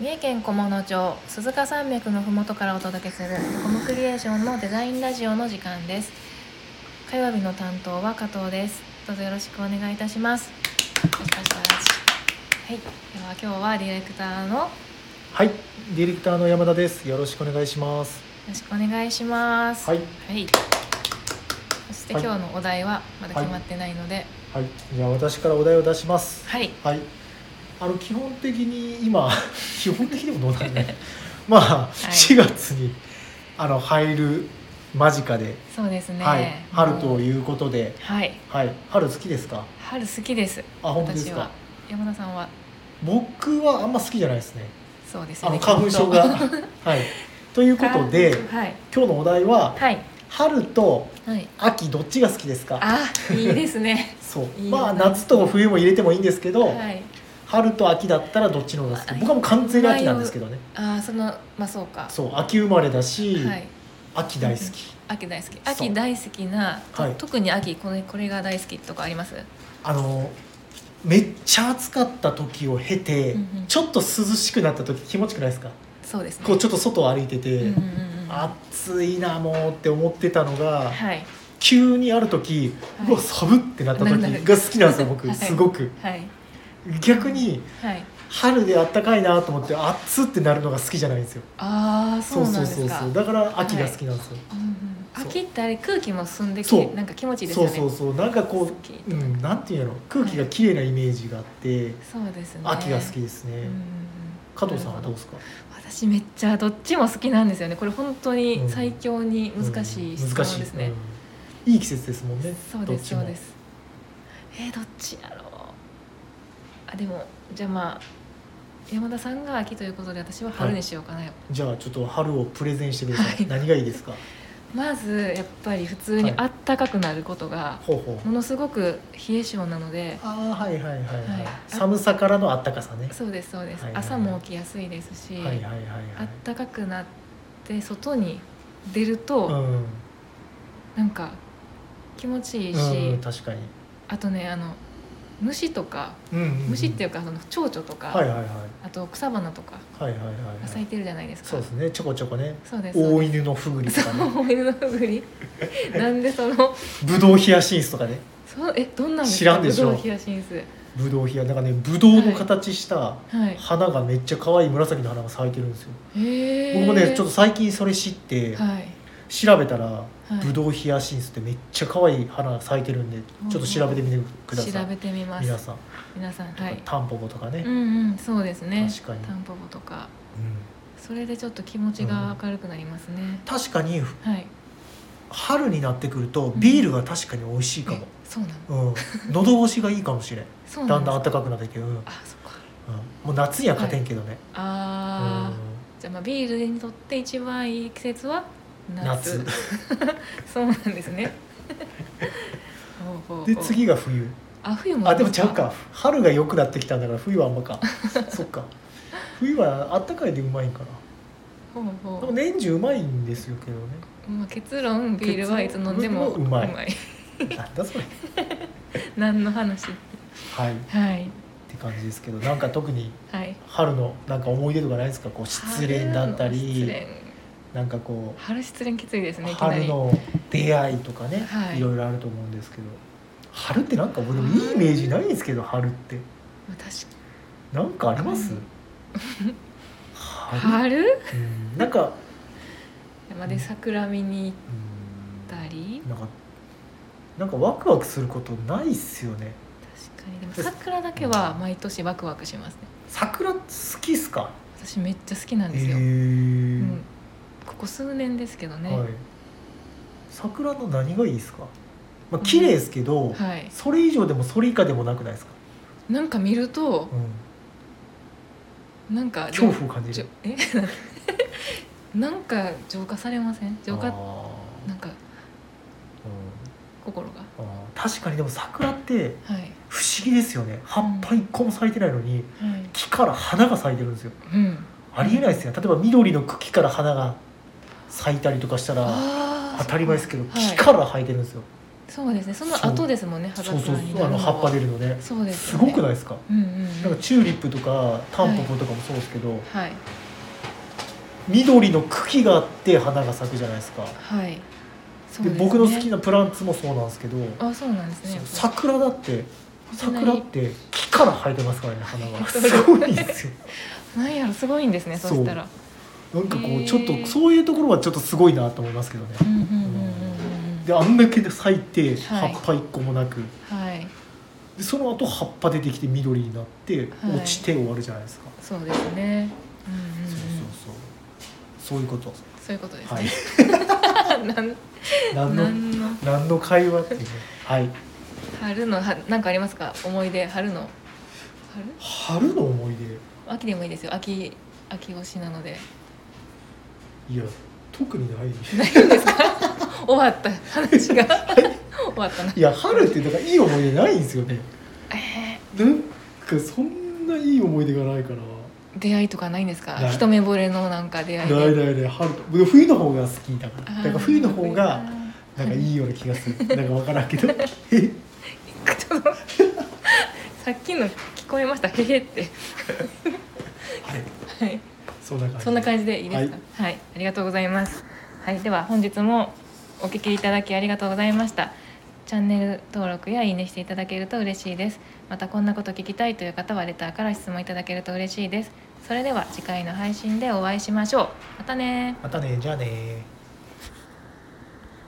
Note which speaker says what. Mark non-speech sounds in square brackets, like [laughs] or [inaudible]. Speaker 1: 三重県菰野町鈴鹿山脈のふもとからお届けするコムクリエーションのデザインラジオの時間です火曜日の担当は加藤ですどうぞよろしくお願いいたしますパチパチパチはい、では今日はディレクターのよ
Speaker 2: はい、ディレクターの山田です。よろしくお願いします。
Speaker 1: ろしくお願いします
Speaker 2: はい、
Speaker 1: はい、そして
Speaker 2: は
Speaker 1: 今
Speaker 2: い
Speaker 1: 日のお題はまだ決まってないので
Speaker 2: はい、じゃあ私からお題を出します。
Speaker 1: はい、
Speaker 2: はい、あの基本的に今 [laughs] 基本的にもどうなん [laughs] だね。まあ、
Speaker 1: い
Speaker 2: 4月にあの入る間近で、
Speaker 1: そうですね、
Speaker 2: はい、春
Speaker 1: も
Speaker 2: と
Speaker 1: う
Speaker 2: いうことで、
Speaker 1: はい
Speaker 2: はい、春好きですか？
Speaker 1: 春好きです
Speaker 2: あ、本当で
Speaker 1: 私
Speaker 2: すか
Speaker 1: は。山田さんは
Speaker 2: 僕はあんま好きじゃないですね。
Speaker 1: そうです
Speaker 2: あ
Speaker 1: よ
Speaker 2: の
Speaker 1: ね
Speaker 2: 花粉症が [laughs] はい。ということ [laughs] で、
Speaker 1: はい
Speaker 2: 今日のお題は
Speaker 1: はい
Speaker 2: 春と
Speaker 1: はい
Speaker 2: 秋どっちが好きですか？
Speaker 1: あいいですね
Speaker 2: そう
Speaker 1: いいよ
Speaker 2: まあ
Speaker 1: ね
Speaker 2: 夏と冬も入れてもいいんですけど、
Speaker 1: はい
Speaker 2: 春と秋だったらどっちの方が好
Speaker 1: あ
Speaker 2: き僕はもう完全に秋なんですけどね
Speaker 1: あーそのまあそうか
Speaker 2: そう秋生まれだし、
Speaker 1: はい
Speaker 2: 秋大好き
Speaker 1: 秋大好き
Speaker 2: そう
Speaker 1: 秋大好きな、と
Speaker 2: はい
Speaker 1: 特に秋これこれが大好きとかあります
Speaker 2: あのめっちゃ暑かった時を経て、
Speaker 1: うんうん
Speaker 2: ちょっと涼しくなった時気持ちよくないですか
Speaker 1: そうですね
Speaker 2: こうちょっと外を歩いてて、
Speaker 1: うんうんうんうんは
Speaker 2: 暑いなもうって思ってたのが、
Speaker 1: い
Speaker 2: 急にある時、
Speaker 1: はいう
Speaker 2: わ寒ってなった時
Speaker 1: なるなる
Speaker 2: が好きなんですよ僕、
Speaker 1: はい
Speaker 2: すごく
Speaker 1: はい
Speaker 2: 逆に
Speaker 1: はい
Speaker 2: 春であったかいなと思って暑ってなるのが好きじゃないんですよ
Speaker 1: ああそうなんですか
Speaker 2: だから秋が好きなんですよ、
Speaker 1: うんうん
Speaker 2: そう
Speaker 1: 秋ってあれ空気も澄んでき
Speaker 2: そ
Speaker 1: て
Speaker 2: う
Speaker 1: なんか気持ちいいです
Speaker 2: そ
Speaker 1: よ
Speaker 2: う
Speaker 1: ね
Speaker 2: そうそうなんかこ
Speaker 1: 好き
Speaker 2: う、うん、なんていうんやろ空気が綺麗なイメージがあって、
Speaker 1: そうですね
Speaker 2: 秋が好きですね、
Speaker 1: うんうんうん
Speaker 2: 加藤さんは
Speaker 1: な
Speaker 2: ど
Speaker 1: るほ
Speaker 2: うですか
Speaker 1: 私めっちゃどっちも好きなんですよねこれ本当に最強に難しい質問
Speaker 2: 難しい
Speaker 1: ですね、
Speaker 2: うんいい季節ですもんね
Speaker 1: そう
Speaker 2: ど
Speaker 1: ですそ
Speaker 2: っ
Speaker 1: う
Speaker 2: ちも
Speaker 1: ですえー、どっちやろうあでもじゃあまあ山田さんが秋ということで私は春にしようかな、
Speaker 2: じゃあちょっと春をプレゼンしてください、
Speaker 1: はい
Speaker 2: 何がいいですか
Speaker 1: まずやっぱり普通
Speaker 2: は
Speaker 1: に
Speaker 2: い
Speaker 1: あったかくなることが
Speaker 2: ほうほう
Speaker 1: ものすごく冷え性なので、
Speaker 2: ああはいはいはいはい、
Speaker 1: はい
Speaker 2: 寒さからの暖かさね
Speaker 1: そうですそうです、
Speaker 2: はいはいはい
Speaker 1: 朝も起きやすいですし、
Speaker 2: はいはいはい
Speaker 1: あったかくなって外に出ると、
Speaker 2: はいうん
Speaker 1: なんか気持ちいいし、
Speaker 2: うん確かに、
Speaker 1: あとねあの虫とか
Speaker 2: うんうんうん
Speaker 1: 虫っていうかその蝶々とか、
Speaker 2: はいはいはい
Speaker 1: あと草花とか
Speaker 2: はいはいはい
Speaker 1: が
Speaker 2: は
Speaker 1: 咲い
Speaker 2: い
Speaker 1: てるじゃないですか、
Speaker 2: そうですねちょこちょこね
Speaker 1: そうですそう
Speaker 2: 大
Speaker 1: で
Speaker 2: 犬のフグリと
Speaker 1: す
Speaker 2: か
Speaker 1: そ
Speaker 2: ね
Speaker 1: うお犬のふぐり [laughs] なんでその
Speaker 2: ブドウヒアシンスとかね
Speaker 1: そのえどんなんですか
Speaker 2: 知らんでしょ
Speaker 1: ブドウヒアシンス
Speaker 2: ブドウヒアなんかねブドウの形した
Speaker 1: はい
Speaker 2: 花がめっちゃ可愛い紫の花が咲いてるんですよ、
Speaker 1: へえ
Speaker 2: 僕もねちょっと最近それ知って
Speaker 1: はい
Speaker 2: 調べたら、
Speaker 1: はい
Speaker 2: ブドウヒアシンスってめっちゃ可愛い花が咲いてるんでちょっと調べてみてくださ
Speaker 1: 調
Speaker 2: い
Speaker 1: べてみます
Speaker 2: 皆さん、
Speaker 1: 皆さんはい
Speaker 2: タンポポとかね、
Speaker 1: うんうんそうですね
Speaker 2: 確かに
Speaker 1: タンポポとか
Speaker 2: うん
Speaker 1: それでちょっと気持ちが明るくなりますね、
Speaker 2: 確かに
Speaker 1: はい
Speaker 2: 春になってくるとビールが確かに美味しいかも
Speaker 1: え、そうな
Speaker 2: う
Speaker 1: の
Speaker 2: ん、喉越しがいいかもしれん
Speaker 1: そうな
Speaker 2: だ
Speaker 1: ん
Speaker 2: ん
Speaker 1: で
Speaker 2: だ
Speaker 1: す
Speaker 2: ん暖かくなってきて、うんうん、も
Speaker 1: あそっか
Speaker 2: う夏には勝てんけどね、
Speaker 1: ああ、
Speaker 2: うん
Speaker 1: じゃあまあビールにとって一番いい季節は夏
Speaker 2: 夏
Speaker 1: そうなんですねほうほうほう
Speaker 2: で次が冬
Speaker 1: あ冬も
Speaker 2: あでもちゃうか春が良くなってきたんだから冬はあんま
Speaker 1: [laughs]
Speaker 2: かそっか冬はあったかいでうまいんかな
Speaker 1: ほうほう
Speaker 2: でも年中うまいんですよけどね
Speaker 1: まあ、結論ビールはいつ飲んでも
Speaker 2: 結論うまいう
Speaker 1: まい
Speaker 2: なんだそれ
Speaker 1: 何の話
Speaker 2: はいっ
Speaker 1: はい
Speaker 2: て感じですけどなんか特に
Speaker 1: はい
Speaker 2: 春のなんか思い出とかないですかこう失恋だった
Speaker 1: 春の失
Speaker 2: り
Speaker 1: 恋
Speaker 2: なんかこ
Speaker 1: 春失恋きついです
Speaker 2: う
Speaker 1: ねいきなり
Speaker 2: 春の出会いとかね、
Speaker 1: はい
Speaker 2: い、ろいろあると思うんですけど春ってなんか僕でもいいイメージないんですけど春って
Speaker 1: まあ確
Speaker 2: なんかあります
Speaker 1: うん
Speaker 2: 春
Speaker 1: か [laughs] 春、
Speaker 2: うんなんか
Speaker 1: まあ、で桜見に行っ
Speaker 2: うん
Speaker 1: たり
Speaker 2: なんかなんかワクワクすることないっすよね
Speaker 1: 確かにでも桜だけは毎年ワクワクしますね
Speaker 2: 桜好きっすか
Speaker 1: 私めっちゃ好きなん
Speaker 2: へ
Speaker 1: ですよ、
Speaker 2: ー
Speaker 1: うん、ここ数年ですけどね
Speaker 2: はい桜の何がいいっすかまあ綺麗ですけど、
Speaker 1: はい、
Speaker 2: それ以上でもそれ以下でもなくないですか、
Speaker 1: なんか見ると
Speaker 2: うん、
Speaker 1: なんか
Speaker 2: 恐怖を感じ
Speaker 1: じょ
Speaker 2: る
Speaker 1: え [laughs] なんか浄化されません浄
Speaker 2: あ
Speaker 1: 化
Speaker 2: ー
Speaker 1: なんか
Speaker 2: う
Speaker 1: 心が
Speaker 2: んあー確かにでも桜って
Speaker 1: はい
Speaker 2: 不思議ですよね葉っぱ一個も咲いてないのに
Speaker 1: はい
Speaker 2: 木から花が咲いてるんですよ
Speaker 1: うん
Speaker 2: ありえないですよね例えば緑の茎から花が咲いたりとかしたら
Speaker 1: あー
Speaker 2: 当たり前ですけど
Speaker 1: はい
Speaker 2: 木から生えてるんですよ、
Speaker 1: そうですねその後ですもんね葉
Speaker 2: そう
Speaker 1: 桜
Speaker 2: そうそう
Speaker 1: にな
Speaker 2: あ
Speaker 1: る
Speaker 2: の
Speaker 1: は
Speaker 2: 葉っぱ出るので
Speaker 1: そうです
Speaker 2: す
Speaker 1: よ
Speaker 2: ご
Speaker 1: ね
Speaker 2: くないですか
Speaker 1: うんうん
Speaker 2: なんかチューリップとかタンポポとかもそうですけど、
Speaker 1: はい
Speaker 2: 緑の茎があって花が咲くじゃないですか
Speaker 1: はいそ
Speaker 2: で
Speaker 1: うですね
Speaker 2: 僕の好きなプランツもそうなんですけど
Speaker 1: あそうなんですね
Speaker 2: そう桜だって
Speaker 1: そんなに
Speaker 2: 桜って木から生えてますからね花
Speaker 1: [laughs]
Speaker 2: がすごいんですよ
Speaker 1: なんやろすごいんですねそ
Speaker 2: そう
Speaker 1: うしたら
Speaker 2: なんかこ
Speaker 1: へ
Speaker 2: う
Speaker 1: ー
Speaker 2: ちょっとそういうところはちょっとすごいなと思いますけどね
Speaker 1: うんうんうんうんうん
Speaker 2: であんだけで咲いて
Speaker 1: は
Speaker 2: 葉
Speaker 1: い
Speaker 2: っぱ一個もなく、
Speaker 1: はい
Speaker 2: でその後葉っぱ出てきて緑になって
Speaker 1: はい
Speaker 2: 落ちて終わるじゃないですか、
Speaker 1: そうですねうんうんうん
Speaker 2: そうそうそうそういうこと
Speaker 1: そういうことです
Speaker 2: はい
Speaker 1: ね [laughs] な
Speaker 2: 何
Speaker 1: ん
Speaker 2: の
Speaker 1: [laughs] 何の
Speaker 2: 何の会話っていうねはい
Speaker 1: 春のはなんかありますか思い出春の春
Speaker 2: 春の思い
Speaker 1: 秋でもいいですよ秋秋推し
Speaker 2: [laughs]
Speaker 1: なので
Speaker 2: 出いや特にない
Speaker 1: 終わった話が終わったない
Speaker 2: や春ってだからいい思い出ないんですよね
Speaker 1: え
Speaker 2: なんかそんないい思い出がないから
Speaker 1: ー出会いとかないんですか
Speaker 2: ない
Speaker 1: 一目惚れのなんか出会いで
Speaker 2: ないないない春とで冬の方が好きだか
Speaker 1: あ
Speaker 2: ら
Speaker 1: ー
Speaker 2: だから冬の方がな
Speaker 1: 冬か
Speaker 2: んかいいような気がするなんかわからんけ
Speaker 1: [laughs]
Speaker 2: ど [laughs] え
Speaker 1: ちょっとさっきの聞こえましたへ
Speaker 2: [laughs]
Speaker 1: へって
Speaker 2: はい
Speaker 1: はい
Speaker 2: そんな感じ
Speaker 1: そんな感じでいいですか。はい、ありがとうございます。はい、では本日もお聞きいただきありがとうございました。チャンネル登録やいいねしていただけると嬉しいです。またこんなこと聞きたいという方はレターから質問いただけると嬉しいです。それでは次回の配信でお会いしましょう。またね
Speaker 2: またねじゃあね